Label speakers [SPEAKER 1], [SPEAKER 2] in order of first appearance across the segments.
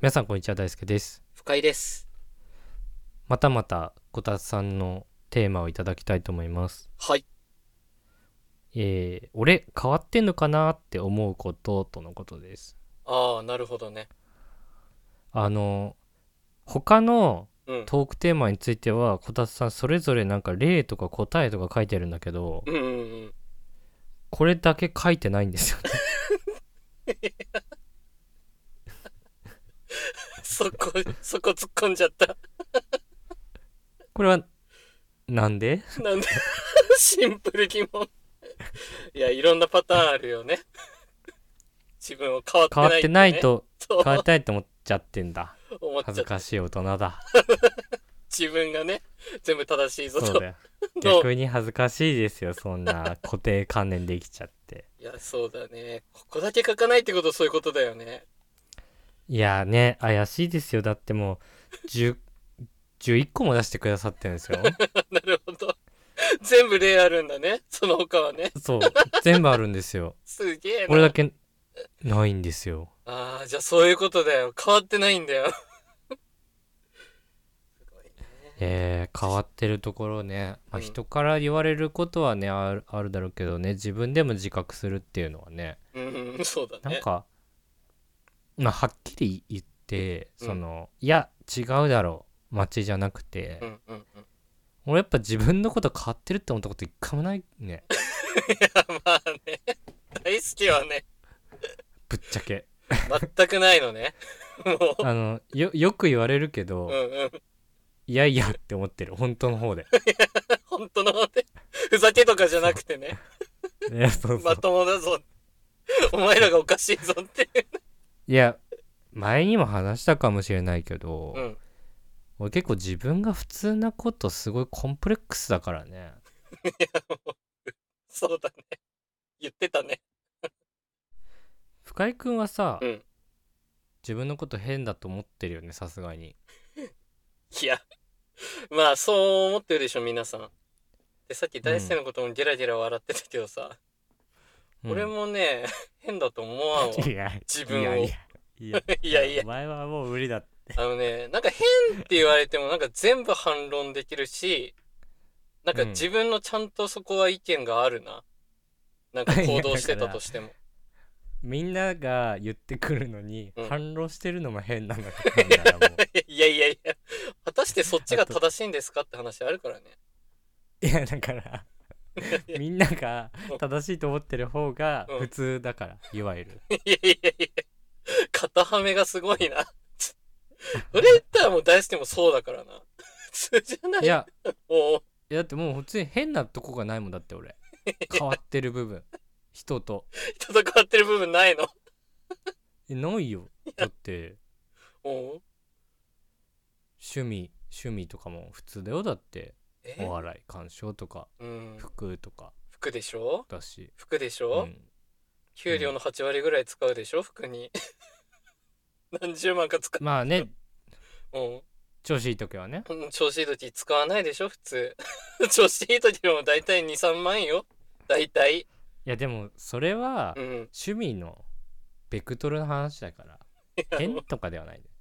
[SPEAKER 1] 皆さんこんにちは大輔です
[SPEAKER 2] 深井です。
[SPEAKER 1] またまたこたつさんのテーマをいただきたいと思います
[SPEAKER 2] はい。
[SPEAKER 1] えー、俺変わってんのかなって思うこととのことです
[SPEAKER 2] ああ、なるほどね。
[SPEAKER 1] あの他の
[SPEAKER 2] うん。
[SPEAKER 1] トークテーマについてはこたつさんそれぞれなんか例とか答えとか書いてるんだけど
[SPEAKER 2] うんうん うん。
[SPEAKER 1] これだけ書いてないんですよ ね
[SPEAKER 2] そこ、そこ突っ込んじゃった。
[SPEAKER 1] これはなんで
[SPEAKER 2] なんで、 シンプル疑問。いや、いろんなパターンあるよね。 自分を変わって
[SPEAKER 1] 変わ
[SPEAKER 2] ない、
[SPEAKER 1] ってない。と
[SPEAKER 2] そう
[SPEAKER 1] 変わりたいと思っちゃってんだ
[SPEAKER 2] 思っ
[SPEAKER 1] 恥
[SPEAKER 2] ちゃ
[SPEAKER 1] ず
[SPEAKER 2] った。
[SPEAKER 1] かしい大人だ
[SPEAKER 2] 自分がね、全部正しいぞ
[SPEAKER 1] そう
[SPEAKER 2] と。
[SPEAKER 1] だよ
[SPEAKER 2] どう
[SPEAKER 1] 逆に恥ずかしいですよそんな固定観念できちゃって
[SPEAKER 2] いや、そうだね。ここだけ書かないってことそういうことだよね。
[SPEAKER 1] いやーね怪しいですよだってもう10 11個も出してくださってるんです よ
[SPEAKER 2] なるほど。全部例あるんだね。その他はね。
[SPEAKER 1] そう全部あるんですよ
[SPEAKER 2] すげえな。
[SPEAKER 1] 俺だけないんですよ
[SPEAKER 2] ああ、じゃあそういうことだよ。変わってないんだよ。
[SPEAKER 1] えー変わってるところね、まあ、
[SPEAKER 2] うん
[SPEAKER 1] 人から言われることはねあるあるだろうけどね自分でも自覚するっていうのはね
[SPEAKER 2] うん、そうだ
[SPEAKER 1] な
[SPEAKER 2] ね
[SPEAKER 1] ん。か、まあ、はっきり言って
[SPEAKER 2] うん
[SPEAKER 1] その、いや違うだろう街じゃなくて、
[SPEAKER 2] うんうんうん。
[SPEAKER 1] 俺やっぱ自分のこと変わってるって思ったこと一回もないね
[SPEAKER 2] まあね、大好きはね、
[SPEAKER 1] ぶっちゃけ
[SPEAKER 2] 全くないのね。も
[SPEAKER 1] あのよよく言われるけど、
[SPEAKER 2] う、うんうん。
[SPEAKER 1] いやいやって思ってる本当の方 で
[SPEAKER 2] 本当の、ね、ふざけとかじゃなくてね、
[SPEAKER 1] いやそうそう、
[SPEAKER 2] まともだぞ。お前らがおかしいぞって。
[SPEAKER 1] いや前にも話したかもしれないけど、
[SPEAKER 2] うん。
[SPEAKER 1] 俺結構自分が普通なことすごいコンプレックスだからね
[SPEAKER 2] そうだね。言ってたね。
[SPEAKER 1] 深井君はさ、
[SPEAKER 2] うん
[SPEAKER 1] 自分のこと変だと思ってるよねさすがに
[SPEAKER 2] いや、まあそう思ってるでしょ、皆さん。で、さっき大輔のこともゲラゲラ笑ってたけどさ、俺、もね、変だと思わんわ
[SPEAKER 1] う。ん いや
[SPEAKER 2] 自分を
[SPEAKER 1] いやいやいや
[SPEAKER 2] いやいや
[SPEAKER 1] お前はもう無理だって
[SPEAKER 2] あのね、なんか変って言われてもなんか全部反論できるし、なんか
[SPEAKER 1] うん
[SPEAKER 2] 自分のちゃんとそこは意見があるな。なんか行動してたとしても。
[SPEAKER 1] みんなが言ってくるのに、
[SPEAKER 2] うん
[SPEAKER 1] 反論してるのも変なのだからもう
[SPEAKER 2] いやいやいや、果たしてそっちが正しいんですかって話あるからね。
[SPEAKER 1] いやだから
[SPEAKER 2] いや
[SPEAKER 1] みんなが
[SPEAKER 2] うん
[SPEAKER 1] 正しいと思ってる方が
[SPEAKER 2] うん
[SPEAKER 1] 普通だから、いわゆる
[SPEAKER 2] いやいやいや、肩はめがすごい な。それ言ったらもう大好きもそうだからな。普通じゃない
[SPEAKER 1] いや
[SPEAKER 2] もう
[SPEAKER 1] いやだってもう普通に変なとこがないもんだって俺変わってる部分人と
[SPEAKER 2] 戦ってる部分ないの。
[SPEAKER 1] えないよだって
[SPEAKER 2] もう
[SPEAKER 1] 趣味趣味とかも普通だよだって
[SPEAKER 2] え
[SPEAKER 1] お笑い鑑賞とか
[SPEAKER 2] うん。
[SPEAKER 1] 服とか
[SPEAKER 2] 服でしょ
[SPEAKER 1] だし、
[SPEAKER 2] 服でし
[SPEAKER 1] う
[SPEAKER 2] ょ、
[SPEAKER 1] ん、
[SPEAKER 2] 給料の8割ぐらい使うでしょ服に 何十万か使
[SPEAKER 1] まあね
[SPEAKER 2] う、うん
[SPEAKER 1] 調子いい時はね
[SPEAKER 2] うん、調子いい時使わないでしょ普通 調子いい時でも大体23万よ大体
[SPEAKER 1] いやでもそれは
[SPEAKER 2] うん
[SPEAKER 1] 趣味のベクトルの話だから変とかではないんだよ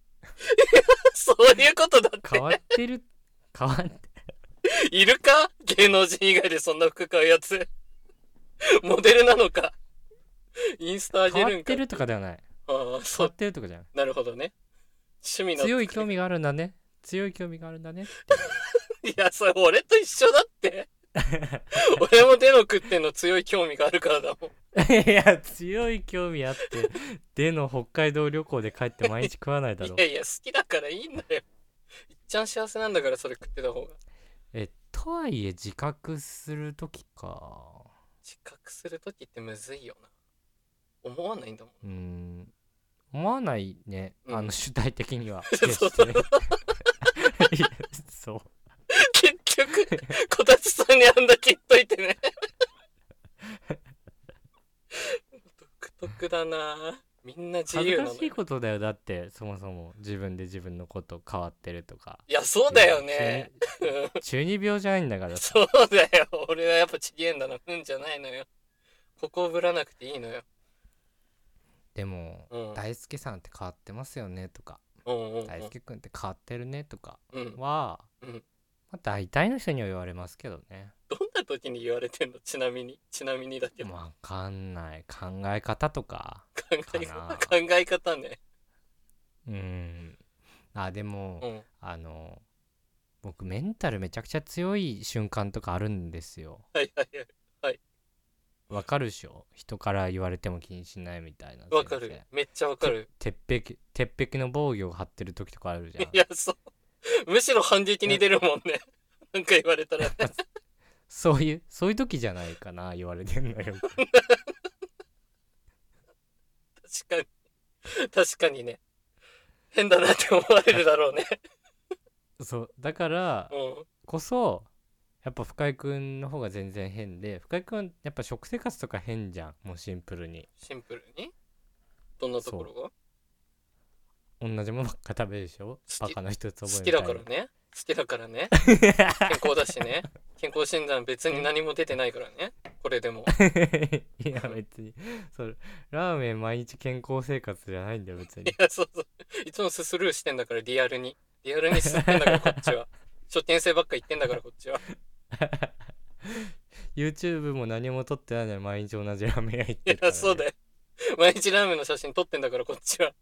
[SPEAKER 2] そういうことだっ
[SPEAKER 1] 変わってる変わって
[SPEAKER 2] ているか芸能人以外でそんな服買うやつ モデルなのかインスタ上げ
[SPEAKER 1] 変わ
[SPEAKER 2] る
[SPEAKER 1] っ
[SPEAKER 2] んか
[SPEAKER 1] てるとかではない
[SPEAKER 2] ああ
[SPEAKER 1] 変
[SPEAKER 2] そ
[SPEAKER 1] わ
[SPEAKER 2] う
[SPEAKER 1] ってるとかじゃない
[SPEAKER 2] なるほどね趣味の
[SPEAKER 1] 強い興味があるんだね強い興味があるん だね
[SPEAKER 2] いやそれ俺と一緒だって 俺も手の食ってんの強い興味があるからだもん
[SPEAKER 1] いや強い興味あってでの北海道旅行で帰って毎日食わないだろ
[SPEAKER 2] いやいや好きだからいいんだよ いっちゃん幸せなんだからそれ食ってた方が
[SPEAKER 1] えとはいえ自覚する時か
[SPEAKER 2] 自覚する時ってむずいよな思わないんだも ん
[SPEAKER 1] うーん思わないね、
[SPEAKER 2] うん
[SPEAKER 1] あの主体的には
[SPEAKER 2] そう
[SPEAKER 1] 決してね いやそう
[SPEAKER 2] 結局こたつさんにあんだけ言っといてね独特だなみんな自
[SPEAKER 1] 恥ず
[SPEAKER 2] 由な
[SPEAKER 1] か
[SPEAKER 2] の
[SPEAKER 1] しいことだよだってそもそも自分で自分のこと変わってるとか
[SPEAKER 2] いやそうだよね
[SPEAKER 1] 中二中二病じゃないんだから
[SPEAKER 2] うん
[SPEAKER 1] さ
[SPEAKER 2] そうだよ俺はやっぱちげえんだなうんじゃないのよここをぶらなくていいのよ
[SPEAKER 1] でも、
[SPEAKER 2] うん
[SPEAKER 1] 大輔さんって変わってますよねとか
[SPEAKER 2] うんうんうん
[SPEAKER 1] 大輔君って変わってるねとか
[SPEAKER 2] うん
[SPEAKER 1] は、
[SPEAKER 2] うん
[SPEAKER 1] まあ、大体の人には言われますけどね
[SPEAKER 2] どんな時に言われてんのちなみにちなみにだけど
[SPEAKER 1] わかんない考え方とか
[SPEAKER 2] 考え
[SPEAKER 1] か
[SPEAKER 2] 方
[SPEAKER 1] な
[SPEAKER 2] 考え方ね
[SPEAKER 1] うんあでも、
[SPEAKER 2] うん
[SPEAKER 1] あの僕メンタルめちゃくちゃ強い瞬間とかあるんですよ
[SPEAKER 2] はいはいはい
[SPEAKER 1] わかるでしょ人から言われても気にしないみたいな
[SPEAKER 2] わか
[SPEAKER 1] 全然
[SPEAKER 2] るめっちゃわかる
[SPEAKER 1] 鉄壁鉄壁の防御を張ってる時とかあるじゃん
[SPEAKER 2] いやそうむしろ反撃に出るもんねなんか言われたらね
[SPEAKER 1] そういうそういう時じゃないかな言われてんの よ
[SPEAKER 2] 確かに確かにね変だなって思われるだろ うね
[SPEAKER 1] そうだから
[SPEAKER 2] うん
[SPEAKER 1] こそやっぱ深井くんの方が全然変で深井くんはやっぱ食生活とか変じゃんもうシンプルに
[SPEAKER 2] シンプルにどんなところが
[SPEAKER 1] 同じものばっか食べるでしょ
[SPEAKER 2] 好
[SPEAKER 1] バ
[SPEAKER 2] き
[SPEAKER 1] カの一つ
[SPEAKER 2] 好
[SPEAKER 1] 覚え
[SPEAKER 2] き
[SPEAKER 1] みた
[SPEAKER 2] だ
[SPEAKER 1] い
[SPEAKER 2] からね好きだから ね健康だしね健康診断別に何も出てないからねこれ でも
[SPEAKER 1] いや別にそれラーメン毎日健康生活じゃないんだよ別に
[SPEAKER 2] いやそうそういつもススルーしてんだからリアルにリアルにスってんだからこっち は初見生ばっか言ってんだからこっちは
[SPEAKER 1] YouTube も何も撮ってないのに毎日同じラーメン屋行って
[SPEAKER 2] い
[SPEAKER 1] るから、
[SPEAKER 2] やそうだよ毎日ラーメンの写真撮ってんだからこっちは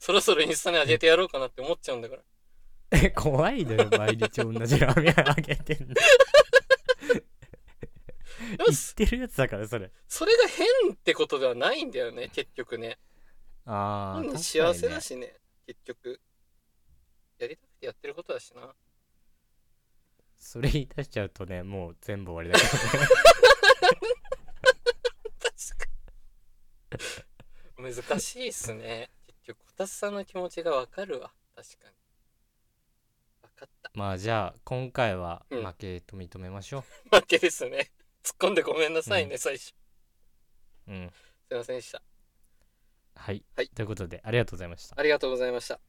[SPEAKER 2] そろそろインスタに上げてやろうかなって思っちゃうんだから
[SPEAKER 1] え 怖いのよ毎日同じラーメン屋あげてんの
[SPEAKER 2] でも
[SPEAKER 1] 言ってるやつだからそれ
[SPEAKER 2] それが変ってことではないんだよね結局ね
[SPEAKER 1] ああ
[SPEAKER 2] 本人幸せだしね結局やりたくてやってることだしな
[SPEAKER 1] それ言い出しちゃうとねもう全部終わりだか
[SPEAKER 2] 難しいっすね結局こたつさんの気持ちがわかるわ確かにわかった
[SPEAKER 1] らまあじゃあ今回は
[SPEAKER 2] うん
[SPEAKER 1] 負けと認めましょ
[SPEAKER 2] 負けですね突っ込んでごめんなさいね、
[SPEAKER 1] う
[SPEAKER 2] 最初す
[SPEAKER 1] ううん
[SPEAKER 2] いませんでした
[SPEAKER 1] はい、
[SPEAKER 2] はい
[SPEAKER 1] ということでありがとうございました
[SPEAKER 2] ありがとうございました